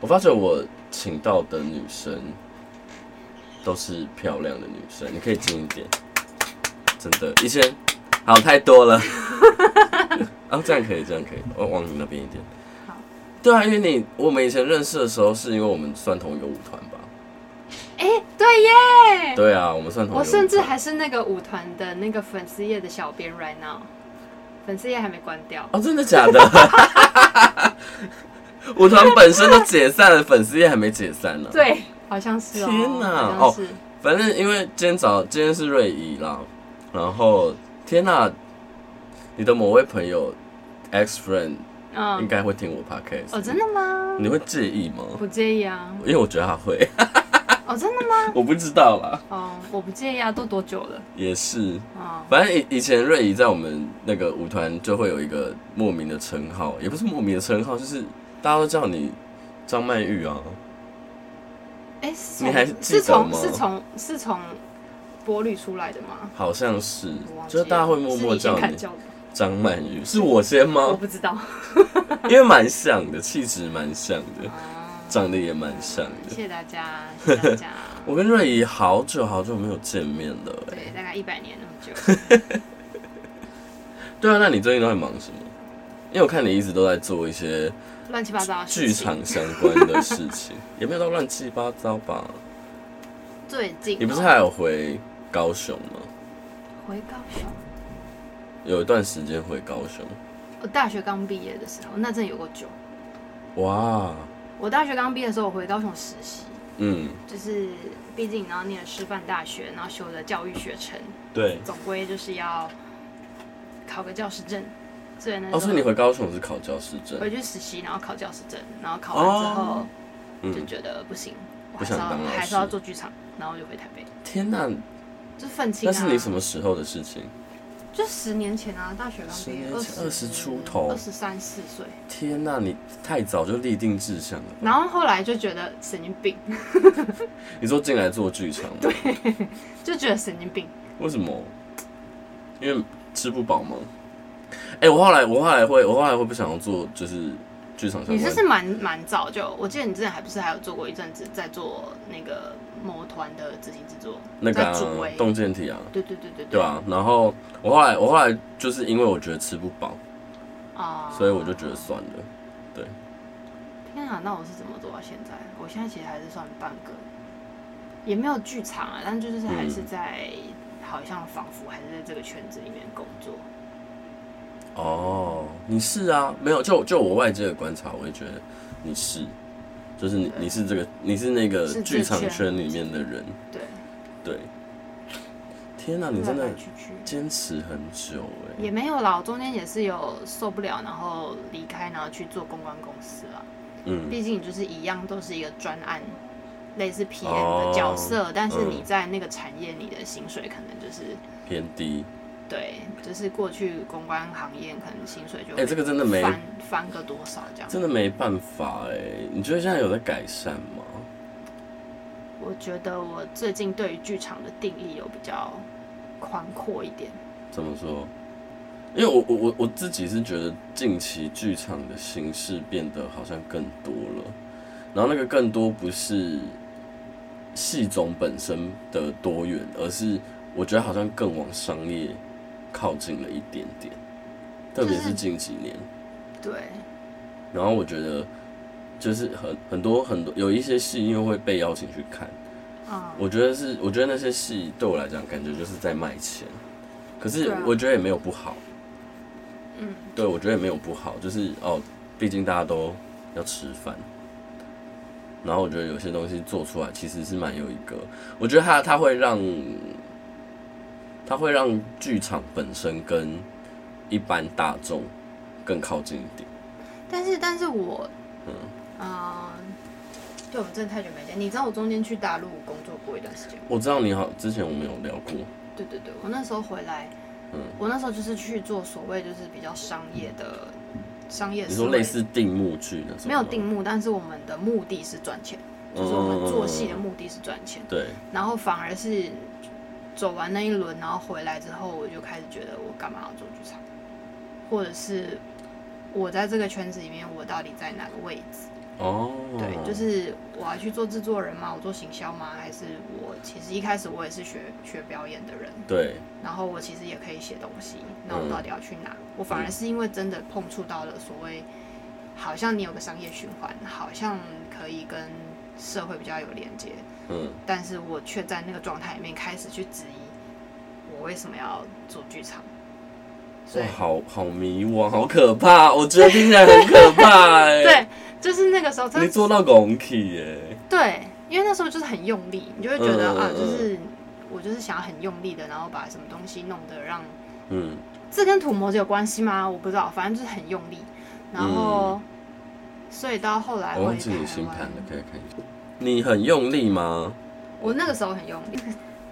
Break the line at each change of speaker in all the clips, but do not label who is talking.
我发觉我请到的女生都是漂亮的女生，你可以近一点，真的，以前好太多了。 啊，这样可以，这样可以，我往你那边一点
好。
对啊，因为你我们以前认识的时候，是因为我们算同一个舞团吧？
哎、对耶！
对啊，我们算同一个
哎我
舞团。
甚至还是那个舞团的那个粉丝页的小编 right now，粉丝页还没关掉。
哦，真的 假的？舞团本身都解散了，粉丝也还没解散呢、，
对，好像是哦。
天哪哦
好像是。
反正因为今天早今天是瑞怡啦，然后天哪、你的某位朋友 ex friend 应
嗯，
该嗯会听我 podcast，、
哦，真的吗？
你会介意吗？
不介意啊。
因为我觉得他会，
哦，真的吗？
我不知道啦，
哦，我不介意啊，都多久了？
也是。
哦，
反正以以前瑞怡在我们那个舞团就会有一个莫名的称号，也不是莫名的称号，就是大家都叫你张曼玉啊。
哎、是从
你还记
是
得
从
吗
是从是从玻璃出来的吗？
好像是
我忘，记
就
了
是大家会默默叫
是你先
你哦
看叫的
张曼玉，是我先
我
吗？
不知 道。
因为蛮像的，气质蛮像的，
啊
长得也蛮像
谢谢
的。
大家，谢谢大家。
我跟瑞怡好久好久没有见面了、欸，
对，大概一百年那么久。
对啊，那你最近都在忙什么？因为我看你一直都在做一些
乱七八糟的事
剧
情
场相关的事情，也没有到乱七八糟吧？
最近哦、
你不是还有回高雄吗？
回高雄？
有一段时间回高雄，
我大学刚毕业的时候，那阵有过久。
哇，
我大学刚毕业的时候，我回高雄实习，
嗯，
就是毕竟然后念了师范大学，然后修的教育学程，
对。
总归就是要考个教师证。所以呢，
哦，所以你回高雄是考教师证，
回去实习，然后考教师证，然后考完之后、
哦
就
嗯，
觉得不行，我
不
还是
想
要
当老
还是
师
要做剧场，然后我就回台北，
天哪，
就是愤青
那
啊。
是你什？么时候的事情？
就十年前啊，大学刚
十
毕业，
年前
二
20出头
二十三四岁，
天呐、你太早就立定志向了。
然后后来就觉得神经病，
你说进来做剧场吗？对。
就觉得神经病。
为什么？因为吃不饱吗？哎、我后来我后来会我后来会不想要做就是剧场相
你这
关
是蛮蛮早就，我记得你之前还不是还有做过一阵子在做那个某团的执行制作，
那个、
在欸主
啊
位、，
动见体啊，
对对对对
对啊。然后我后来我后来就是因为我觉得吃不饱，
啊，
所以我就觉得算了。
天啊，那我是怎么做到现在？我现在其实还是算半个，也没有剧场啊，但就是还是在，好像仿佛还是在这个圈子里面工作。
哦，你是啊，没有就就我外界的观察，我也觉得你是，就是你你是这个你是那个
是这
剧场
圈
圈里面的人，
对，
对。天呐、你真的
来来去去
坚持很久哎、
也没有啦，我中间也是有受不了，然后离开，然后去做公关公司啊啦。
嗯，
毕竟就是一样都是一个专案，类似 PM
哦
的角色，但是你
嗯
在那个产业里的薪水可能就是。
偏低。
对，就是过去公关行业可能薪水就
哎这个真的没
翻翻个多少这样。
真的没办法哎、你觉得现在有在改善吗？
我觉得我最近对于剧场的定义有比较宽阔一点。
怎么说？因为我我我我自己是觉得近期剧场的形式变得好像更多了，然后那个更多不是戏种本身的多元，而是我觉得好像更往商业靠近了一点点，特别
就是
是近几年。
对，
然后我觉得就是很很多很多有一些戏因为会被邀请去看，
啊、
我觉得是，我觉得那些戏对我来讲，感觉就是在卖钱。可是
对啊
我觉得也没有不好，
嗯，
对我觉得也没有不好，就是哦，毕竟大家都要吃饭。然后我觉得有些东西做出来其实是蛮有一个，我觉得它它会让，它会让剧场本身跟一般大众更靠近一点。
但是但是我，
嗯
嗯，对我们真的太久没见。你知道我中间去大陆工作过一段时间吗？
我知道你好，之前我们有聊过，
对对对，我那时候回来，
嗯
我那时候就是去做所谓就是比较商业的商业思维，
你说类似定目剧那种吗，
没有定目，但是我们的目的是赚钱，
嗯，
就是我们做戏的
嗯嗯嗯
目的是赚钱。
对，
然后反而是走完那一轮，然后回来之后，我就开始觉得我干嘛要做剧场，或者是我在这个圈子里面，我到底在哪个位置？
哦，
对，就是我要去做制作人吗？我做行销吗？还是我其实一开始我也是学学表演的人，
对，嗯
然后我其实也可以写东西，那我到底要去哪？我反而是因为真的碰触到了所谓，好像你有个商业循环，好像可以跟社会比较有连接，
嗯，
但是我却在那个状态里面开始去质疑，我为什么要做剧场？所
哇
以，
好好迷惘，好可怕，我觉得听起来很可 怕哎、
对，就是那个时候真
你
的
做到拱起耶，
对，因为那时候就是很用力，你就会觉得、
嗯嗯
啊，
嗯
就是我就是想要很用力的，然后把什么东西弄得让
嗯，
这跟土模子有关系吗？我不知道，反正就是很用力，然后、
嗯
所以到后来回
我忘记
台
你哦星盘
湾
了，，可以看一下。你很用力吗？
我那个时候很用力，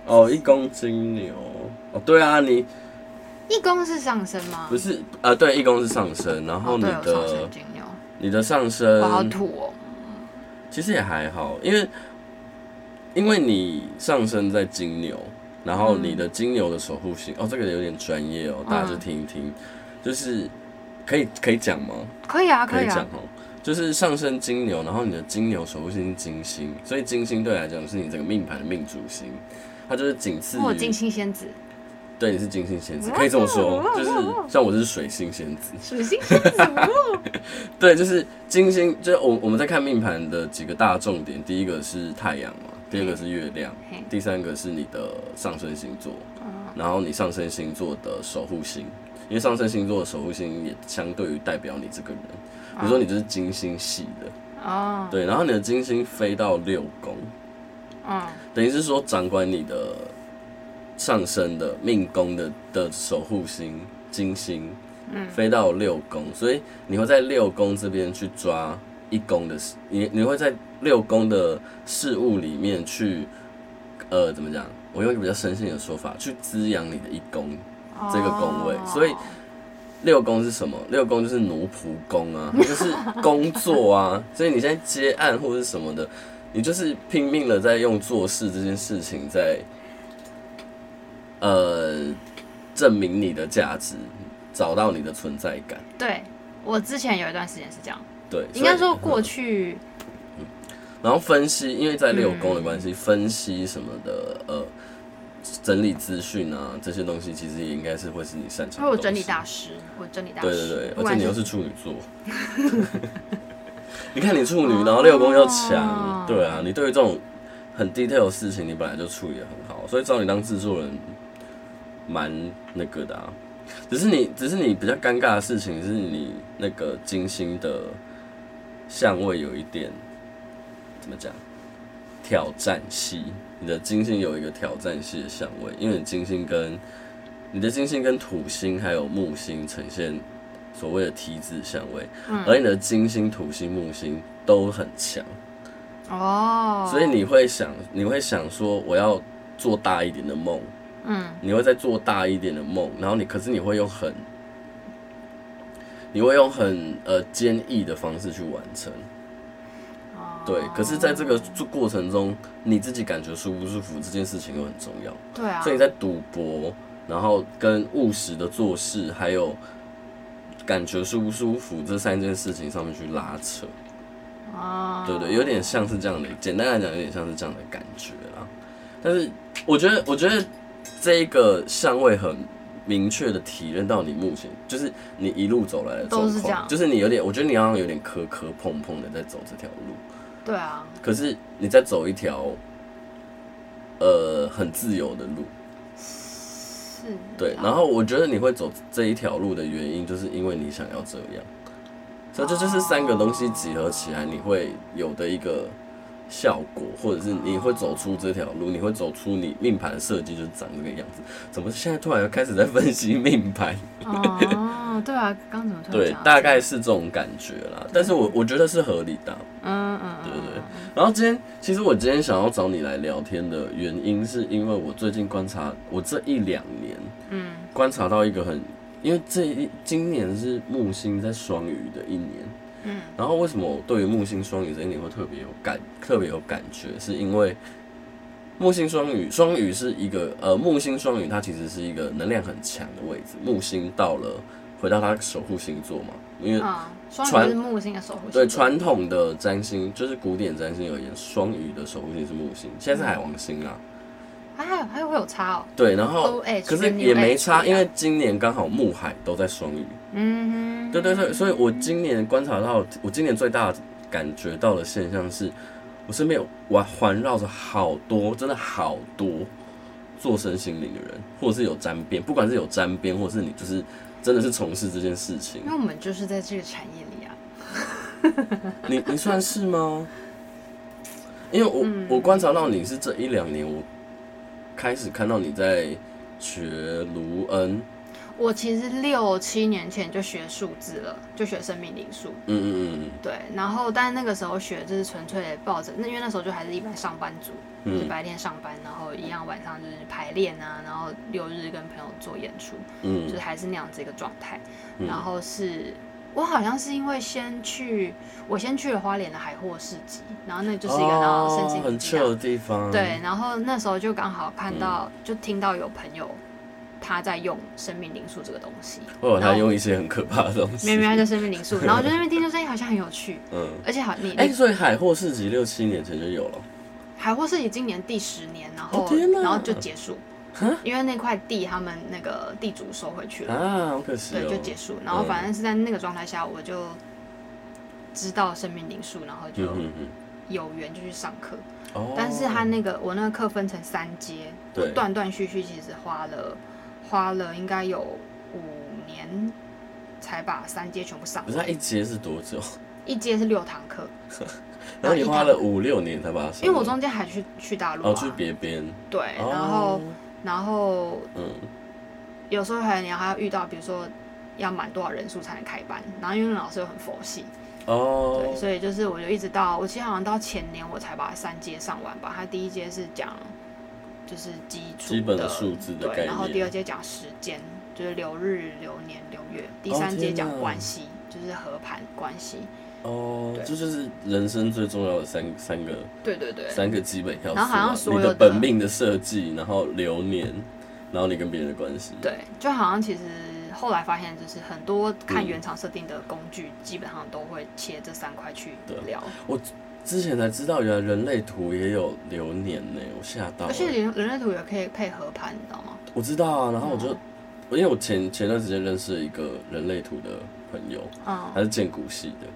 哦，一公斤牛。哦，对啊，你
一公是上升吗？
不是呃，对，一公是上升，然后
哦，
你
对，我
的、
上
嗯
升金牛，
你的上
哦我好
升
土哦，
其实也还好，因为因为你上升在金牛，然后你的金牛的守护星、哦，这个有点专业哦，大家就
嗯
听一听，就是可以可以讲吗？
可以啊，可
以
以
讲
啊，
哦，就是上升金牛，然后你的金牛守护星是金星，所以金星对来讲是你整个命盘的命主星，它就是仅次
我有
于
哦金星嗯仙子，
对你是金星仙子，可以这么说，就是像我是水星仙子，
水星仙子，
对，就是金星，就是我我们在看命盘的几个大重点，第一个是太阳嘛，第二个是月亮，
嘿哦
第三个是你的上升星座，然后你上升星座的守护星，因为上升星座的守护星也相对于代表你这个人，比如说你就是金星系的，
哦，
对，然后你的金星飞到六宫，
嗯，
等于是说掌管你的上升的命宫的的守护星金星，
嗯
飞到六宫，所以你会在六宫这边去抓一宫的事，你你会在六宫的事物里面去，呃，怎么讲？我用一个比较深性的说法，去滋养你的一宫。这个宫位
哦
所以六宫是什么？六宫就是奴仆宫 啊，它就是工作啊。所以你现在接案或是什么的，你就是拼命的在用做事这件事情在，呃，证明你的价值，找到你的存在感。
对我之前有一段时间是这样，
对，
应该
所以嗯
说过去
然后分析，因为在六宫的
嗯
关系，分析什么的，呃，整理资讯啊，这些东西其实也应该是会是你擅
因
长
为
的。
我整理大。师，我整理大师，
对对对，
不
而且
管
你又
是
是处女座，你看你处女，然后六宫又强
哦，
对啊，你对于这种很 detail 的事情，你本来就处理的很好，所以找你当制作人，蛮那个的啊。只是你，只是你比较尴尬的事情是你那个金星的相位有一点怎么讲？挑战系，你的金星有一个挑战系的相位，因为你金星跟你的金星跟土星还有木星呈现所谓的 T 字相位，而你的金星、土星、木星都很强，
哦，
所以你会想，你会想说我要做大一点的梦，
嗯
你会再做大一点的梦，然后你可是你会用很，你会用很呃坚毅的方式去完成，
哦
对。可是，在这个做过程中，你自己感觉舒不舒服这件事情又很重要。
对啊，
所以你在赌博，然后跟务实的做事，还有感觉舒不舒服这三件事情上面去拉扯，
哦
对不对？有点像是这样的，简单来讲，有点像是这样的感觉啦。但是我觉得，我觉得这一个相位很明确的体认到你目前就是你一路走来的
都是
状
这
况，
样
就是你有点，我觉得你好像有点磕磕碰碰的在走这条路。
对啊，
可是你在走一条，呃，很自由的路，
是啊，
对，然后我觉得你会走这一条路的原因，就是因为你想要这样，所以这就是三个东西集合起来，你会有的一个效果，或者是你会走出这条路，你会走出你命盘的设计就是长这个样子。怎么现在突然又开始在分析命盘？
哦，对啊，刚刚怎么突然
对
讲，到
大
这
概
个
是这种感觉啦。但是我我觉得是合理的啊、
嗯嗯，
对对对
嗯。
然后今天，其实我今天想要找你来聊天的原因，是因为我最近观察，我这一两年，
嗯，
观察到一个很，因为这一今年是木星在双鱼的一年，
嗯，
然后为什么我对于木星双鱼这一年会特别有感，特别有感觉，是因为木星双鱼，双鱼是一个呃，木星双鱼它其实是一个能量很强的位置，木星到了回到他守护星座嘛，因为
嗯，双
传
鱼是木星的守护星，
对传统的占星，就是古典占星而言，双鱼的守护星是木星，
嗯
现在是海王星啦。
啊，还有还有会有差哦，
对，然后
OH
可是
跟
也没
UH
差，
一样
因为今年刚好木海都在双鱼。
嗯哼，
对对对，所以我今年观察到，我今年最大的感觉到的现象是，我身边有环环绕着好多，真的好多做身心灵的人，或者是有沾边，不管是有沾边，或者是你就是真的是从事这件事情
因，为我们就是在这个产业里啊，
你你算是吗？因为我、
嗯
我观察到你是这一两年，我开始看到你在学卢恩，
我其实六七年前就学数字了，就学生命灵数，
嗯嗯
对，然后但那个时候学就是纯粹抱着，那因为那时候就还是一般上班族，就
嗯
白天上班，然后一样晚上就是排练啊，然后六日跟朋友做演出，
嗯
就是还是那样子一个状态。
嗯
然后是我好像是因为先去，我先去了花莲的海货市集，然后那就是一个那种身
哦
心
很
比
c
较
的地方，
对，，然后那时候就刚好看
嗯
到，就听到有朋友他在用生命灵数这个东西，
或者
然
哦他
后
用一些很可怕 的东西
没有，没有他叫生命灵数，然后我就在那边听，就说哎好像很有趣，
嗯，
而且好你
哎、
你
所以海货市集六七年前就有了，
海货市集今年第十年，然后、
哦天哪
然后就结束，因为那块地他们那个地主收回去了，
啊，好可惜哦、
嗯对，就结束。然后反正是在那个状态下，我就知道生命灵数，然后就
嗯嗯嗯，
有缘就去上课。
哦，
但是他那个我那个课分成三阶，我
对
断断续续其实花了花了应该有五年才把三阶全部上
可是他啊
完。
一节是多久？
一阶是六堂课，
然后你
一堂
花了五六年才把它上完，
因为我中间还去去大陆
哦
啊，
去别边，
对，
哦
然后然后
嗯
有时候还你还要遇到，比如说要满多少人数才能开班，然后因为老师又很佛系，对，
哦，
所以就是我就一直到我其实好像到前年我才把三阶上完吧。它第一阶是讲就是基础
基本的数字的概
对，然后
念
第二阶讲时间，就是流日、流年、流月，第
哦
三阶
天哪
讲关系，就是合盘关系。
哦
对，
这就是人生最重要的三三个
对对对，
三个基本要素、啊，
然后好像所有
你
的
的本命的设计，然后流年，然后你跟别人的关系，
对，就好像其实后来发现，就是很多看原厂设定的工具，基本上都会切这三块去
对
聊。
之前才知道原来人类图也有流年呢，我吓到了，
而且人人类图也可以配合盘，你知道吗？
我知道啊，然后我就，因为我前前段时间认识一个人类图的朋友，
嗯，
他是建古系的，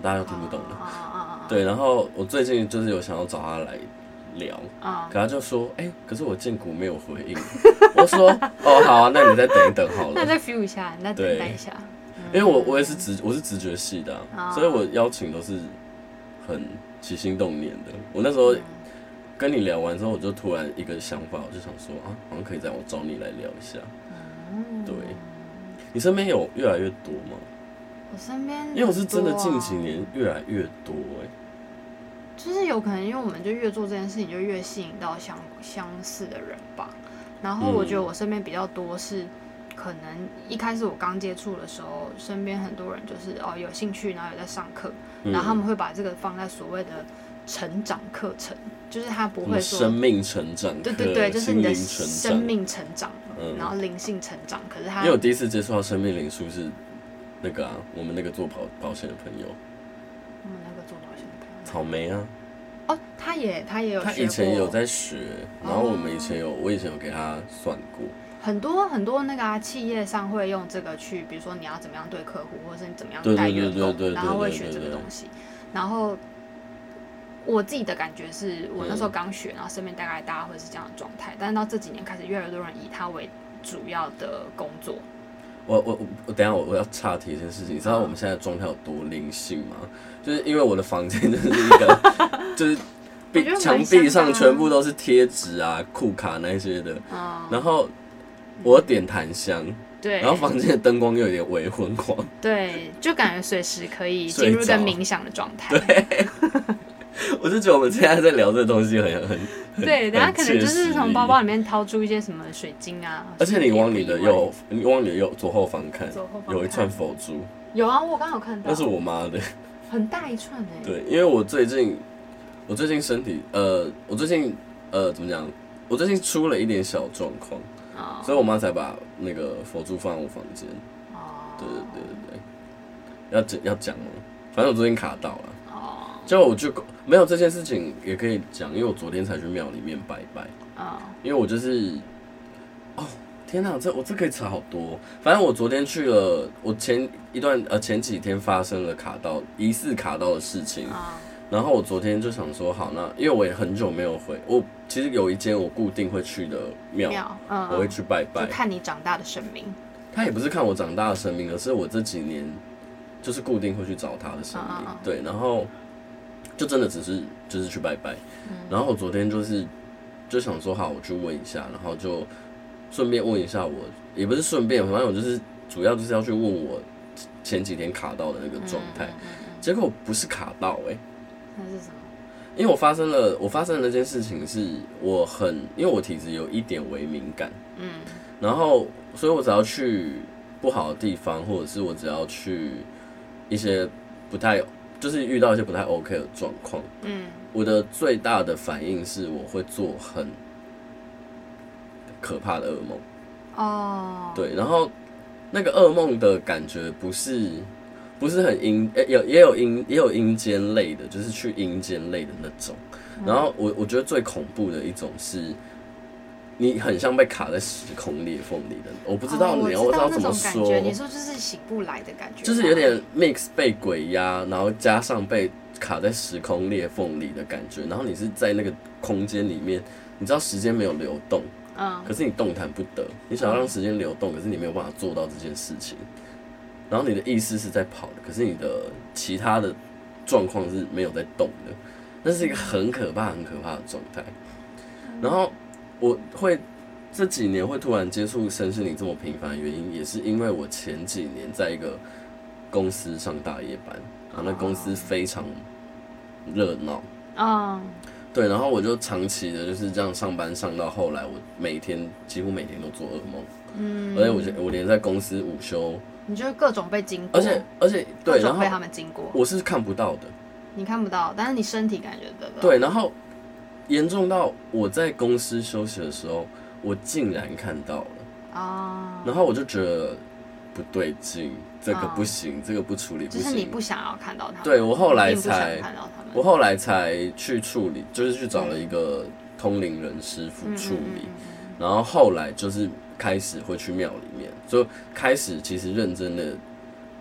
大家都听不懂的。
啊啊啊
对，然后我最近就是有想要找他来聊，
啊啊！
可他就说，哎、可是我建古没有回应。 我说，哦，好啊，那你再等一等好
那
了。
再 feel 一下，那等
对
待一下。
因为我我也是直我是直觉系的啊、
哦
所以我邀请都是很起心动念的。我那时
嗯
候跟你聊完之后，我就突然一个想法，我就想说啊，好像可以这样，我找你来聊一下。
嗯
对，你身边有越来越多吗？
我身边、啊
因为我是真的近几，年越来越多哎、
就是有可能，因为我们就越做这件事情，就越吸引到相相似的人吧。然后我觉得
嗯
我身边比较多是，可能一开始我刚接触的时候，身边很多人就是哦有兴趣，然后有在上课，啊
嗯
然后他们会把这个放在所谓的成长课程，就是他不
什么
会说
嗯
嗯
生命成长课，
对对对，就是
嗯心
你的
灵成长。
生命啊成长，
嗯
然后灵性成长。可是他
因为我第一次接触到生命灵数是那个啊，我们那个做保保险的朋友
我们那个做保险的朋友
草莓啊，
哦，他也他也有
他
学
以前
过
有在学，然后我们以前有我以前有给他算过，
很多很多那个啊，企业上会用这个去，比如说你要怎么样对客户，或者是你怎么样
对
带
对对
员
对对
工，
对
然后会
对
学
对
这个
对
东西。然后我自己的感觉是我那时候
嗯
刚学，然后身边大概大家会是这样的状态，但是到这几年开始，越来越多人以它为主要的工作。
我我我我等一下我我要岔题一件事情，你知道我们现在的状态有多灵性吗？就是因为我的房间就是一个 就是壁
我觉得蛮
墙
像
壁
的
上
啊
全部都是贴纸啊、库卡那一些的，
嗯，
然后我点檀香，
对，
然后房间的灯光又有点微昏黄，
对，就感觉随时可以
睡
进入一个
着
冥想的状态。
我就觉得我们现在在聊这东西很很，
对，等下可能就是从包
很
包里面掏出一些什么水晶啊。
而且你往你的
也不意外
右，你往你的右左后方看，
左后方看
有一串佛珠，
有啊，我刚好看到，
那是我妈的。
很大一串哎、
对，因为我最近，我最近身体，呃，我最近，呃，怎么讲？我最近出了一点小状况，
哦
所以我妈才把那个佛珠放在我房间。
哦，
对对要讲要讲哦，反正我最近卡到了，
哦，
就我就没有这件事情也可以讲，因为我昨天才去庙里面拜拜，
嗯
因为我就是，哦，天哪，这我这可以查好多哦、反正我昨天去了，我前一段呃前几天发生了卡到疑似卡到的事情，
嗯
然后我昨天就想说好，那因为我也很久没有回，我其实有一间我固定会去的庙，
妙，嗯，
我会去拜拜
就。看你长大的神明，
他也不是看我长大的生命，而是我这几年就是固定会去找他的生
嗯
命
嗯嗯。
对，然后就真的只是就是去拜拜。然后我昨天就是就想说好，我去问一下，然后就顺便问一下我，也不是顺便，反正我就是主要就是要去问我前几天卡到的那个状态。
嗯，嗯嗯
结果不是卡到哎、欸
嗯那是什么？
因为我发生了，我发生的那件事情是我很，因为我体质有一点微敏感，
嗯
然后，所以我只要去不好的地方，或者是我只要去一些不太，就是遇到一些不太 OK 的状况，
嗯
我的最大的反应是我会做很可怕的噩梦。
哦，
对，然后那个噩梦的感觉不是不是很阴，诶有也有阴也有阴间类的，就是去阴间类的那种。
嗯
然后我我觉得最恐怖的一种是，你很像被卡在时空裂缝里的，我不知道
哦
你、
我
知道怎么
那种感觉，你说就是醒不来的感觉吗，
就是有点 mix 被鬼压，然后加上被卡在时空裂缝里的感觉，然后你是在那个空间里面，你知道时间没有流动，
嗯
可是你动弹不得，你想要让时间流动，可是你没有办法做到这件事情。然后你的意识是在跑的，可是你的其他的状况是没有在动的，那是一个很可怕、很可怕的状态。然后我会这几年会突然接触身心灵这么频繁的原因，也是因为我前几年在一个公司上大夜班，然后那公司非常热闹，
嗯
对，然后我就长期的就是这样上班上到后来，我每天几乎每天都做噩梦，
嗯，
而且我觉我连在公司午休，
你就是各种被经过，
而且而且
各
对，
种
然
哦被他
后
们嗯经过，
我是看不到的，
你看不到，但是你身体感觉得到，
对，然后严重到我在公司休息的时候，我竟然看到了，
啊，
然后我就觉得不对劲，这个
哦
不行，这个不处理不
就是你
行，
不想要看到他们，
对我后
你
来
并不想
才
看到他们，
我后来才去处理，就是去找了一个通灵人师傅
嗯嗯
处
嗯
理。
嗯嗯
然后后来就是开始会去庙里面，就开始其实认真的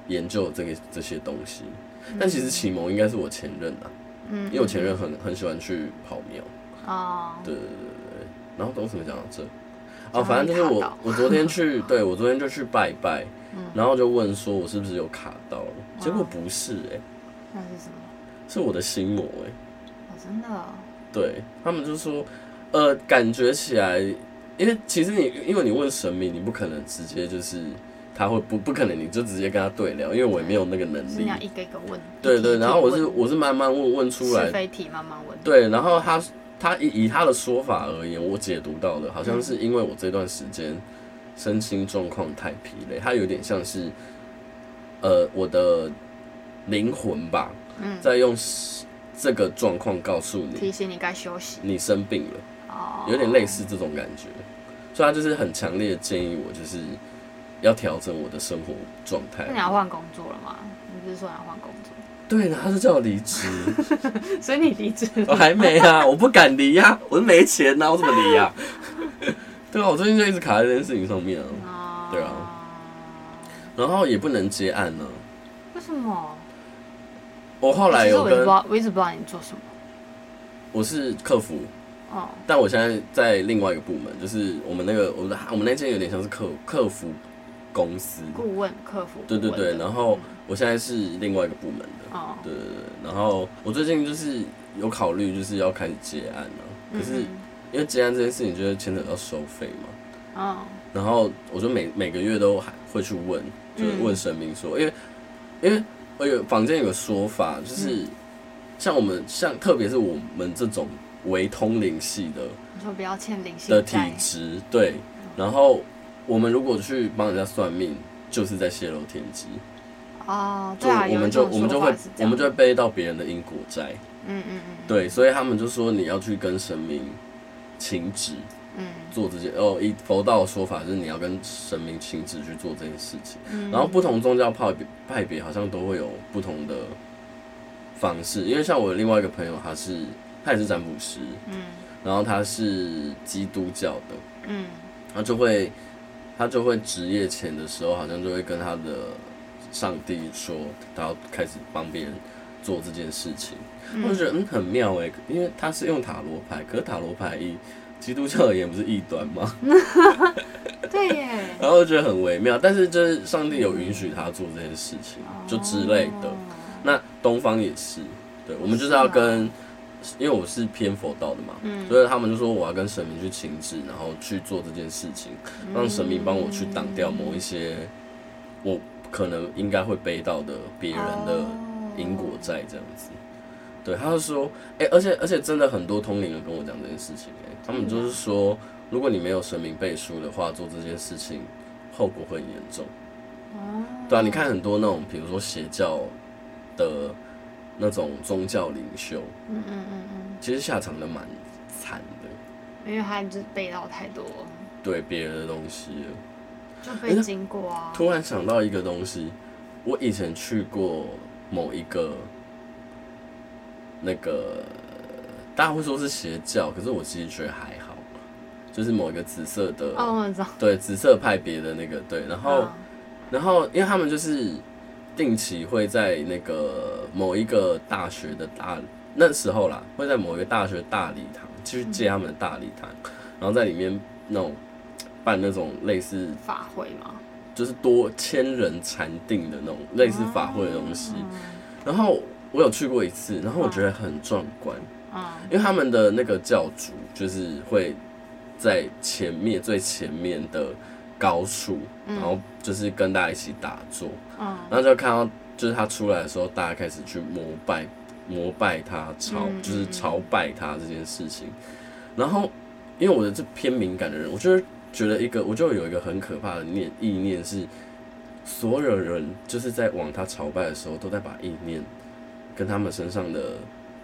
研究这个这些东西。但其实启蒙应该是我前任啊，
嗯
因为我前任很很喜欢去跑庙。
哦，
对对对对对。然后都怎么讲到这？
然后
啊，反正就是
你卡
我
到，嗯
我昨天去， 对我昨天就去拜拜，然后就问说我是不是有卡到，结果不是哎、
那是什么？
是我的心魔哎、
哦，真的哦，
对他们就说，呃，感觉起来，因为其实你因为你问神明，你不可能直接就是他会不不可能你就直接跟他对聊，因为我也没有那个能
就是你
力
要。一个一个问，
对
一
对，
题
然后我是
一题
我是慢慢问问
问
出来
是，非题慢慢问，
对，然后他他以以他的说法而言，我解读到的好像是因为我这段时间身心状况太疲累，他有点像是，呃，我的灵魂吧，
嗯
在用这个状况告诉你
提醒你该休息
你生病了。
哦，
有点类似这种感觉，所以他就是很强烈的建议我，就是要调整我的生活状态
那。你要换工作了吗？你不是说你要换工作，
对呢，他就叫我离职，
所以你离职
我还没啊，我不敢离呀、我是没钱呐、我怎么离呀、 对啊，我最近就一直卡在这件事情上面啊，
啊
对啊。然后也不能接案呢、
为什么？
我后来
其实
有
我一直不
跟
知道，我一直不知道你做什么。
我是客服，
哦，
但我现在在另外一个部门，就是我们那个我们我们那间有点像是客客服公司，
顾问、客服。
对对
顾问
对，
的
然后我现在是另外一个部门的。
哦，
对对对，然后我最近就是有考虑，就是要开始接案了、可是
嗯
因为接案这件事情，就会牵扯到收费嘛。
嗯哦，
然后我就每每个月都还会去问，就是
嗯
问神明说，因为因为我有坊间有个说法，
嗯
就是像我们像特别是我们这种为通灵系的
你说不要欠零
的
性
体
债，
质，对，然后我们如果去帮人家算命，就是在泄露天机，
哦，
就
对啊，
我
有一
们就
种
我们就
说
会
法是这
我
样
们就会背到别人的因果债。
嗯嗯嗯，
对，所以他们就说你要去跟神明请旨，
嗯
做这件哦，以佛道的说法就是你要跟神明亲自去做这件事情。
嗯，
然后不同宗教派别派别好像都会有不同的方式，因为像我另外一个朋友，他是他也是占卜师，
嗯
然后他是基督教的，
嗯
他就会他就会职业前的时候，好像就会跟他的上帝说，他要开始帮别人做这件事情。我就觉得嗯很妙哎、因为他是用塔罗牌，可是塔罗牌以基督教而言不是异端吗？
对耶，
然后我就觉得很微妙，但是就是上帝有允许他做这件事情，就之类的。
哦
那东方也是，对我们就是要跟，因为我是偏佛道的嘛，
嗯
所以他们就说我要跟神明去请旨，然后去做这件事情，让神明帮我去挡掉某一些我可能应该会背到的别人的因果债这样子。对，他就说，哎、而且而且真的很多通灵人跟我讲这件事情、哎，他们就是说，如果你没有神明背书的话，做这件事情后果会很严重。
哦，
对啊，你看很多那种，比如说邪教的那种宗教领袖，
嗯嗯嗯嗯，
其实下场都蛮惨的，
因为他就是背到太多，
对别人的东西了。
就被经过啊，
突然想到一个东西，我以前去过某一个那个，大家会说是邪教，可是我其实觉得还好，就是某一个紫色的，
哦，嗯我知道，
对啊哦紫色派别的那个，对，然后。然后因为他们就是定期会在那个某一个大学的大那时候啦，会在某一个大学大礼堂去借他们的大礼堂，然后在里面那种办那种类似
嗯法会嘛，
就是多千人禅定的那种类似法会的东西，
嗯
然后。我有去过一次，然后我觉得很壮观，
嗯
因为他们的那个教主就是会在前面最前面的高处，然后就是跟大家一起打坐，
嗯
然后就看到，就是他出来的时候，大家开始去膜拜、膜拜他、朝
嗯
就是朝拜他这件事情。然后，因为我的这偏敏感的人，我就是觉得一个，我就有一个很可怕的念意念是，所有人就是在往他朝拜的时候，都在把意念跟他们身上的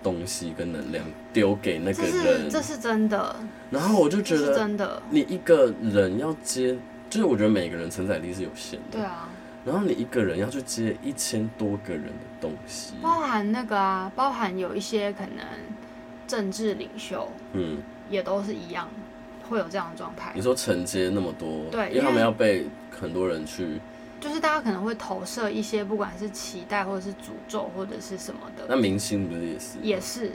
东西跟能量丢给那个
这是这
人。
是真的，
然后我就
这
觉
是
得，
真的，
你一个人要接，就是我觉得每个人承载力是有限的
对。啊，
然后你一个人要去接一千多个人的东西，
包含那个啊，包含有一些可能政治领袖
嗯，
也都是一样，会有这样的状态
你，说承接那么多，
对
因为他
因为
们要被很多人去，
就是大家可能会投射一些不管是期待或者是诅咒或者是什么
那
的，
明星不是也是？
也是，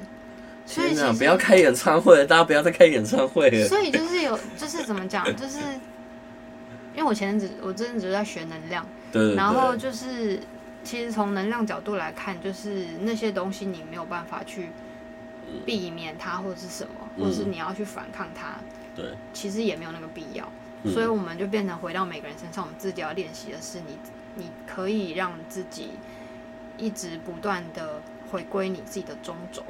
所以
天
其
哪，
实
不要开演唱会了，大家不要再开演唱会了。
所以就是有，就是怎么讲，就是因为我前阵子我真的只是在学能量，
对对
然后
对，
就是其实从能量角度来看，就是那些东西你没有办法去避免它或是什么，
嗯
或是你要去反抗它，
对，
其实也没有那个必要。
嗯
所以我们就变成回到每个人身上，我们自己要练习的是你，你可以让自己一直不断的回归你自己的中轴，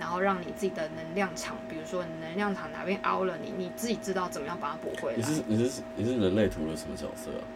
然后让你自己的能量场，比如说你能量场哪边凹了你，你自己知道怎么样把它补回
你
来。
是你是你是人类图的什么角色啊？